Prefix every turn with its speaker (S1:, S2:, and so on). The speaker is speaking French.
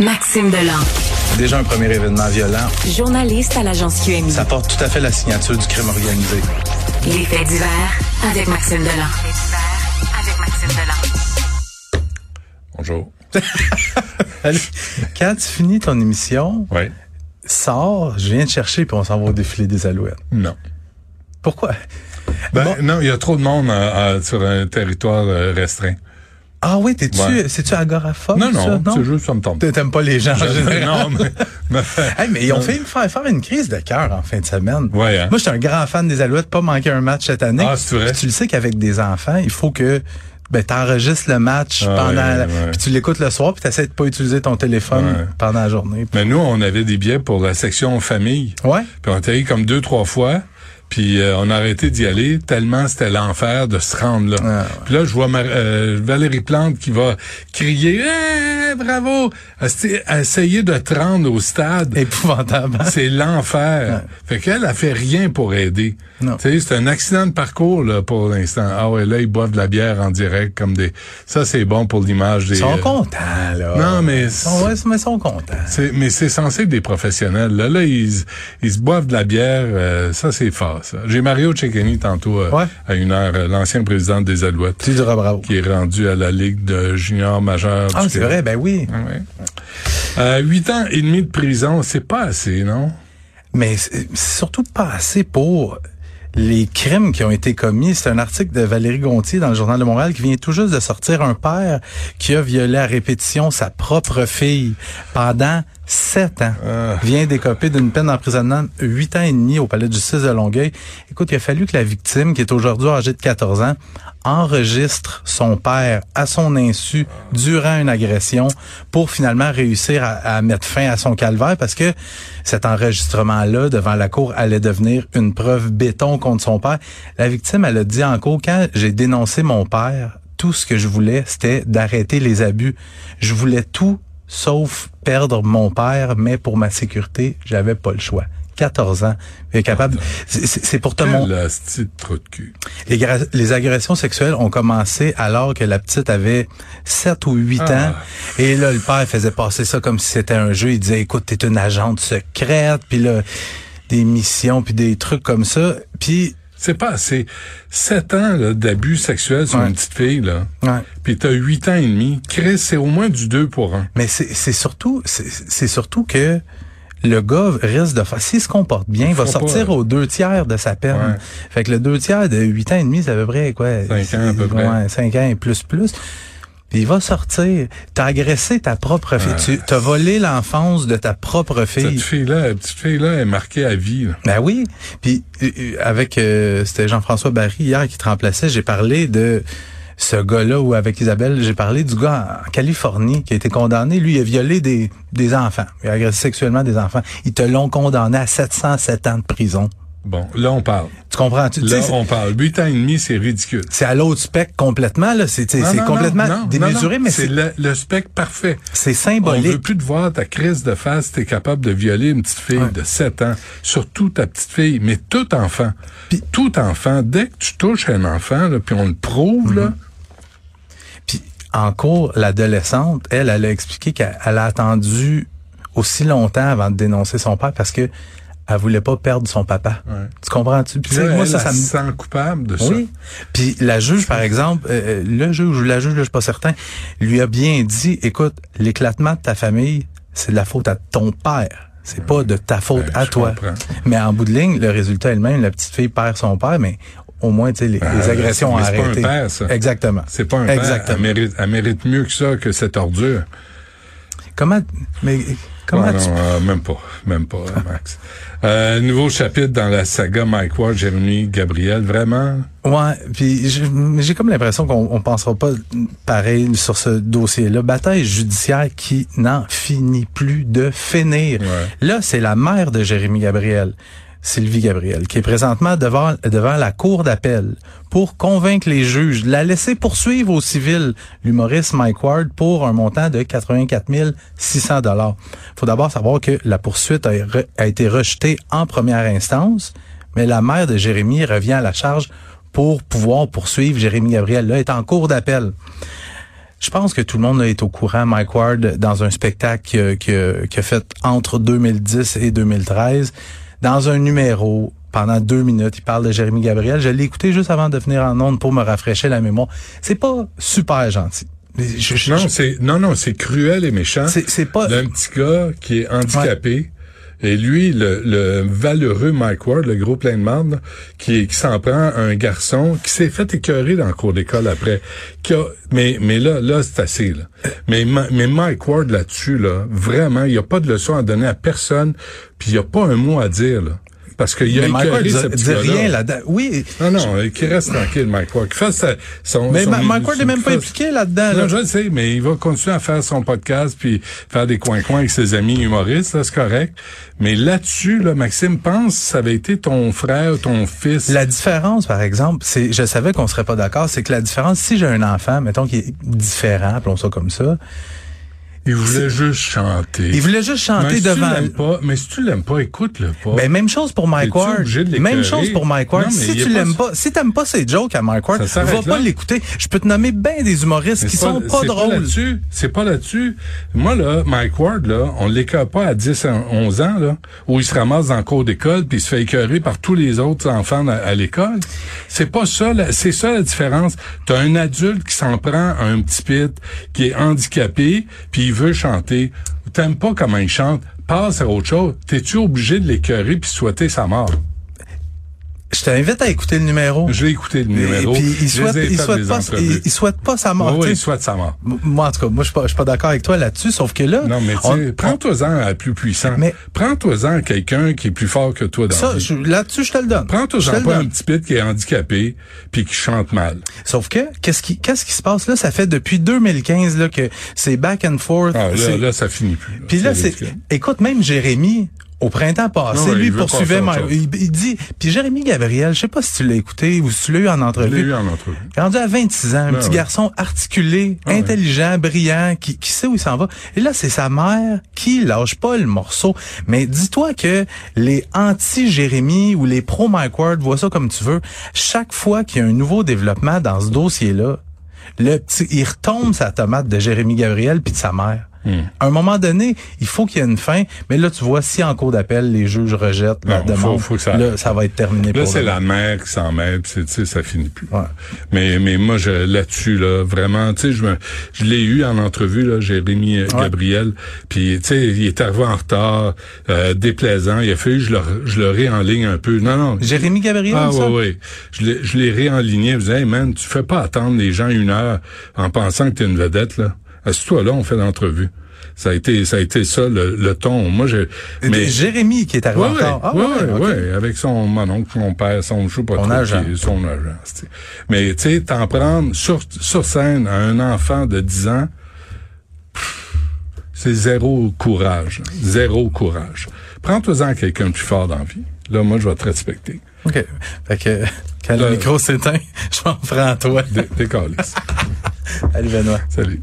S1: Maxime Delan,
S2: Déjà un premier événement violent,
S1: journaliste à l'agence QMI.
S2: ça porte tout à fait la signature du crime organisé.
S1: Les faits divers avec Maxime Delan.
S3: Bonjour.
S2: Allez, Quand tu finis ton émission,
S3: Oui.
S2: sors, je viens te chercher puis on s'en va au défilé des Alouettes.
S3: Non.
S2: Pourquoi?
S3: Ben,
S2: Bon.
S3: Non, il y a trop de monde euh, euh, sur un territoire euh, restreint.
S2: Ah oui, t'es-tu,
S3: Ouais.
S2: c'est-tu agoraphobe?
S3: non,
S2: Ah, ça?
S3: non, c'est juste ça me tombe. Ah,
S2: T'a- T'aimes pas les gens en général.
S3: non, mais, mais-
S2: Hey, mais ils ont fait me faire, faire une crise de cœur en fin de semaine.
S3: Ouais, hein?
S2: Moi, j'étais un grand fan des Alouettes, pas manquer un match cette année.
S3: Ah, c'est vrai?
S2: Puis Tu le sais qu'avec des enfants, il faut que ben t'enregistres le match
S3: Ah,
S2: pendant
S3: ouais,
S2: la-
S3: ouais.
S2: puis tu l'écoutes le soir puis t'essaies de pas utiliser ton téléphone
S3: Ouais.
S2: pendant la journée.
S3: mais nous, on avait des billets pour la section famille.
S2: Ouais.
S3: Puis on était allé comme deux, trois fois. Puis euh, on a arrêté d'y aller tellement c'était l'enfer de se rendre là.
S2: Ah, ouais.
S3: Puis là, je vois Mar- euh, Valérie Plante qui va crier Eh, bravo! Esti- Essayer de te rendre au stade.
S2: Épouvantable.
S3: C'est l'enfer. Fait qu'elle, elle fait rien pour aider.
S2: Non.
S3: Tu sais, c'est un accident de parcours, là, pour l'instant. Ah ouais, là, ils boivent de la bière en direct comme des... Ça, c'est bon pour l'image des...
S2: Ils sont
S3: euh,
S2: contents, là.
S3: Non, mais
S2: Ils sont, ouais, mais ils sont contents.
S3: c'est- mais c'est censé être des professionnels. Là, là ils, ils se boivent de la bière. euh, ça, c'est fort, ça. J'ai Mario Cecchini tantôt euh,
S2: Ouais.
S3: à une heure, euh, l'ancien président des Alouettes,
S2: Tu diras bravo.
S3: qui est rendu à la Ligue de juniors majeurs.
S2: Ah,
S3: du
S2: c'est
S3: Québec.
S2: vrai, ben oui.
S3: Ouais. Euh, Huit ans et demi de prison, c'est pas assez, non?
S2: Mais c'est c'est surtout pas assez pour les crimes qui ont été commis. C'est un article de Valérie Gontier dans le Journal de Montréal qui vient tout juste de sortir un père qui a violé à répétition sa propre fille pendant sept ans. Vient d'écoper d'une peine d'emprisonnement de huit ans et demi au palais de justice de Longueuil. Écoute, il a fallu que la victime, qui est aujourd'hui âgée de 14 ans, enregistre son père à son insu durant une agression pour finalement réussir à, à mettre fin à son calvaire parce que cet enregistrement-là devant la cour allait devenir une preuve béton contre son père. La victime, elle a dit en cours, quand j'ai dénoncé mon père, tout ce que je voulais, c'était d'arrêter les abus. Je voulais tout sauf perdre mon père, mais pour ma sécurité, j'avais pas le choix. 14 ans. Elle est capable. C'est- C'est c'est pour te montrer.
S3: Quel asti de trou de cul.
S2: Les, gra- les agressions sexuelles ont commencé alors que la petite avait 7 ou 8
S3: Ah.
S2: ans. Et là, le père faisait passer ça comme si c'était un jeu. Il disait, écoute, t'es une agente secrète, puis là, des missions, puis des trucs comme ça. Puis,
S3: C'est pas assez. Sept ans là, d'abus sexuels sur
S2: Ouais.
S3: une petite fille, là.
S2: ouais.
S3: Puis t'as huit ans et demi. Chris, c'est au moins du deux pour un.
S2: mais c'est c'est surtout, c'est c'est surtout que le gars risque de faire, s'il se comporte bien, il va
S3: Faut pas,
S2: sortir
S3: euh,
S2: aux deux tiers de sa peine.
S3: Ouais.
S2: Fait que le deux tiers de 8 ans et demi, c'est à peu près quoi?
S3: Cinq ans, à peu près.
S2: Ouais, 5 ans et plus plus. Puis il va sortir. T'as agressé ta propre fille. Tu t'as volé l'enfance de ta propre
S3: Cette
S2: fille.
S3: fille-là, la petite fille-là est marquée à vie. là.
S2: Ben oui. Puis euh, euh, avec euh, c'était Jean-François Barry hier qui te remplaçait, j'ai parlé de ce gars-là ou avec Isabelle, j'ai parlé du gars en Californie qui a été condamné. Lui, il a violé des, des enfants. Il a agressé sexuellement des enfants. Ils te l'ont condamné à 707 ans de prison.
S3: Bon, là, on parle.
S2: Tu comprends? Tu, tu
S3: Là,
S2: sais, c'est-
S3: on parle. Huit ans et demi, c'est ridicule.
S2: c'est à l'autre spec complètement, là. C'est tu sais,
S3: Non,
S2: c'est
S3: non,
S2: complètement
S3: non, non,
S2: démesuré,
S3: non, non.
S2: mais
S3: c'est
S2: c'est
S3: le, le spectre parfait.
S2: c'est
S3: On veut
S2: symbolique.
S3: plus te voir ta crise de face, t'es capable de violer une petite fille de 7 ans, surtout ta petite fille, mais tout enfant.
S2: Puis-
S3: tout enfant, dès que tu touches un enfant, là, puis on le prouve,
S2: Mhm.
S3: là,
S2: Puis en cours, l'adolescente, elle, elle a expliqué qu'elle elle a attendu aussi longtemps avant de dénoncer son père parce que elle voulait pas perdre son papa. Tu comprends-tu? Puis, tu sais,
S3: là,
S2: moi,
S3: elle,
S2: ça,
S3: elle
S2: ça me...
S3: se sent coupable de
S2: Oui. Puis la juge, par exemple, euh, euh, le juge ou la juge, là, je suis pas certain, lui a bien dit, écoute, l'éclatement de ta famille, c'est de la faute à ton père. C'est pas de ta faute
S3: Ben,
S2: à
S3: je
S2: toi.
S3: comprends.
S2: Mais en bout de ligne, le résultat est le même. La petite fille perd son père, mais au moins, tu sais, les, les
S3: là,
S2: agressions ont
S3: mais Ben, c'est pas un
S2: arrêté.
S3: père, ça.
S2: Exactement.
S3: C'est pas un père.
S2: Exactement.
S3: Elle mérite, elle mérite mieux que ça, que cette ordure.
S2: Comment, mais comment
S3: Ah
S2: tu
S3: non, euh, même pas, même pas, hein, Max. Euh, nouveau chapitre dans la saga Mike Ward, Jérémy Gabriel. Vraiment,
S2: Ouais, puis je- j'ai comme l'impression qu'on on pensera pas pareil sur ce dossier-là. Bataille judiciaire qui n'en finit plus de finir.
S3: Ouais.
S2: Là, c'est la mère de Jérémy Gabriel, Sylvie Gabriel, qui est présentement devant, devant la cour d'appel pour convaincre les juges de la laisser poursuivre au civil l'humoriste Mike Ward pour un montant de 84 600 dollars. Faut d'abord savoir que la poursuite a re- a été rejetée en première instance, mais la mère de Jérémy revient à la charge pour pouvoir poursuivre Jérémy Gabriel. Là, est en cours d'appel. Je pense que tout le monde est au courant. Mike Ward, dans un spectacle qu'il a- qu'il a- qu'il a fait entre 2010 et 2013, dans un numéro, pendant deux minutes, il parle de Jérémy Gabriel. Je l'ai écouté juste avant de venir en onde pour me rafraîchir la mémoire. C'est pas super gentil. Mais je- je-
S3: Non, c'est non, non, c'est cruel et méchant.
S2: C'est- c'est pas-
S3: d'un petit gars qui est handicapé. Et lui, le, le valeureux Mike Ward, le gros plein de marde, qui, qui s'en prend à un garçon qui s'est fait écœurer dans le cours d'école après. Qui a- mais, mais là, là, c'est assez, là. Mais, Ma- mais Mike Ward là-dessus, là, vraiment, il n'y a pas de leçon à donner à personne, puis il n'y a pas un mot à dire, là. Parce qu'il a
S2: mais Mike Ward
S3: écœuré
S2: dit,
S3: ce petit
S2: dit
S3: gars-là.
S2: rien là-dedans. Oui.
S3: Non, non, euh, qu'il reste tranquille, Mike Ward. Qu'il fasse sa- son,
S2: Mais
S3: son-
S2: Ma- Mike Ward
S3: son-
S2: n'est même pas
S3: fasse-
S2: impliqué là-dedans. là.
S3: Ah, non, je le sais, mais il va continuer à faire son podcast puis faire des coins-coins avec ses amis humoristes, là, c'est correct. Mais là-dessus, là, Maxime, pense ça avait été ton frère, ton fils.
S2: La différence, par exemple, c'est, je savais qu'on serait pas d'accord, c'est que la différence, si j'ai un enfant, mettons qui est différent, appelons ça comme ça,
S3: Il voulait juste chanter.
S2: il voulait juste
S3: mais
S2: chanter
S3: si
S2: devant.
S3: Tu l'aimes pas, mais si tu l'aimes pas, écoute-le pas.
S2: Ben, même chose pour Mike
S3: T'es-tu
S2: Ward.
S3: obligé de l'écœurer?
S2: Même chose pour Mike Ward.
S3: Non, mais
S2: si
S3: il est
S2: tu
S3: pas-
S2: l'aimes pas, si t'aimes pas ses jokes à Mike Ward,
S3: Ça
S2: va
S3: s'arrête
S2: pas
S3: là.
S2: l'écouter. Je peux te nommer bien des humoristes
S3: Mais
S2: qui
S3: c'est
S2: sont pas
S3: c'est
S2: drôles.
S3: là-dessus. C'est pas là-dessus. Moi, là, Mike Ward, là, on l'écœure pas à 10, à 11 ans, là, où il se ramasse dans le cours d'école puis il se fait écœurer par tous les autres enfants à, à l'école. C'est pas ça, la- c'est ça la différence. T'as un adulte qui s'en prend à un petit pit, qui est handicapé, puis il veut chanter. T'aimes pas comment il chante, passe à autre chose. T'es-tu obligé de l'écœurer puis souhaiter sa mort?
S2: je t'invite à écouter le numéro.
S3: Je l'ai écouté le
S2: Et
S3: numéro.
S2: puis, il
S3: Je les
S2: souhaite,
S3: ai
S2: il
S3: fait
S2: souhaite
S3: des
S2: pas,
S3: entrevues.
S2: il, il souhaite pas sa
S3: Ouais,
S2: mort.
S3: ouais,
S2: tu
S3: il
S2: sais.
S3: souhaite sa mort.
S2: M- Moi, en tout cas, moi, je suis pas, je suis pas d'accord avec toi là-dessus, sauf que là.
S3: Non, mais tu
S2: on-
S3: sais, prends-toi-en à plus puissant.
S2: Mais-
S3: Prends-toi-en à quelqu'un qui est plus fort que toi dans
S2: ça,
S3: la vie.
S2: je- là-dessus, je te le donne. Je te
S3: Prends-toi-en
S2: le
S3: pas
S2: donne.
S3: un petit pit qui est handicapé puis qui chante mal.
S2: Sauf que qu'est-ce qui qu'est-ce qui se passe là Ça fait depuis 2015 là que c'est back and forth.
S3: Ah, là,
S2: c'est-
S3: là, ça finit plus.
S2: Puis là c'est
S3: ridicule.
S2: écoute même Jérémy au printemps passé,
S3: Non, ouais,
S2: lui
S3: il veut
S2: poursuivait
S3: pas faire
S2: Mike-
S3: autre
S2: il, il dit puis Jérémy Gabriel, je sais pas si tu l'as écouté ou si tu l'as eu en
S3: Je l'ai
S2: entrevue.
S3: eu en entrevue.
S2: Rendu à 26 ans, un
S3: Ben
S2: petit
S3: ouais.
S2: garçon articulé,
S3: Ah ouais.
S2: intelligent, brillant, qui, qui sait où il s'en va. Et là, c'est sa mère qui lâche pas le morceau. Mais dis-toi que les anti-Jérémy ou les pro-Mike Ward, vois ça comme tu veux, chaque fois qu'il y a un nouveau développement dans ce dossier-là, le petit, il retombe sa tomate de Jérémy Gabriel puis de sa mère.
S3: Hmm.
S2: À un moment donné, il faut qu'il y ait une fin. Mais là, tu vois, si en cours d'appel, les juges rejettent la
S3: Non, Ben, faut-
S2: demande,
S3: faut que ça-
S2: là, ça va être terminé
S3: Là,
S2: pour
S3: c'est
S2: le-
S3: la mère qui s'en mêle, pis c'est, tu sais, ça finit plus.
S2: Ouais.
S3: Mais, mais moi, je, là-dessus, là, vraiment, tu sais, je me, je l'ai eu en entrevue, là, Jérémy euh, Gabriel, puis, tu sais, il est arrivé en retard, euh, déplaisant, il a fallu que je le, re- je le réenligne un peu. Non, non.
S2: Jérémy Gabriel,
S3: Ah
S2: ça?
S3: oui, oui. Je l'ai- Je l'ai réenligné. Je disais, hey man, tu fais pas attendre les gens une heure en pensant que t'es une vedette, là. Assieds-toi là, on fait l'entrevue. Ça a été, ça a été ça, le, le ton. Moi, j'ai, mais.
S2: Jérémy qui est arrivé
S3: Ouais,
S2: en
S3: ouais,
S2: retard. Ah,
S3: ouais,
S2: ouais,
S3: ouais,
S2: ok.
S3: ouais, avec son mon oncle, mon père, son je sais pas
S2: Son
S3: trop
S2: agent.
S3: qui est son agent. tu sais. Mais tu sais, t'en prendre sur, sur scène à un enfant de 10 ans, pff, c'est zéro courage, là. zéro courage. Prends-toi-en quelqu'un de plus fort dans la vie. Là, moi, je vais te respecter.
S2: OK. Fait que quand le
S3: Euh,
S2: micro s'éteint, je m'en prends à toi.
S3: Dé- Décalisse.
S2: Allez, Benoît.
S3: Salut.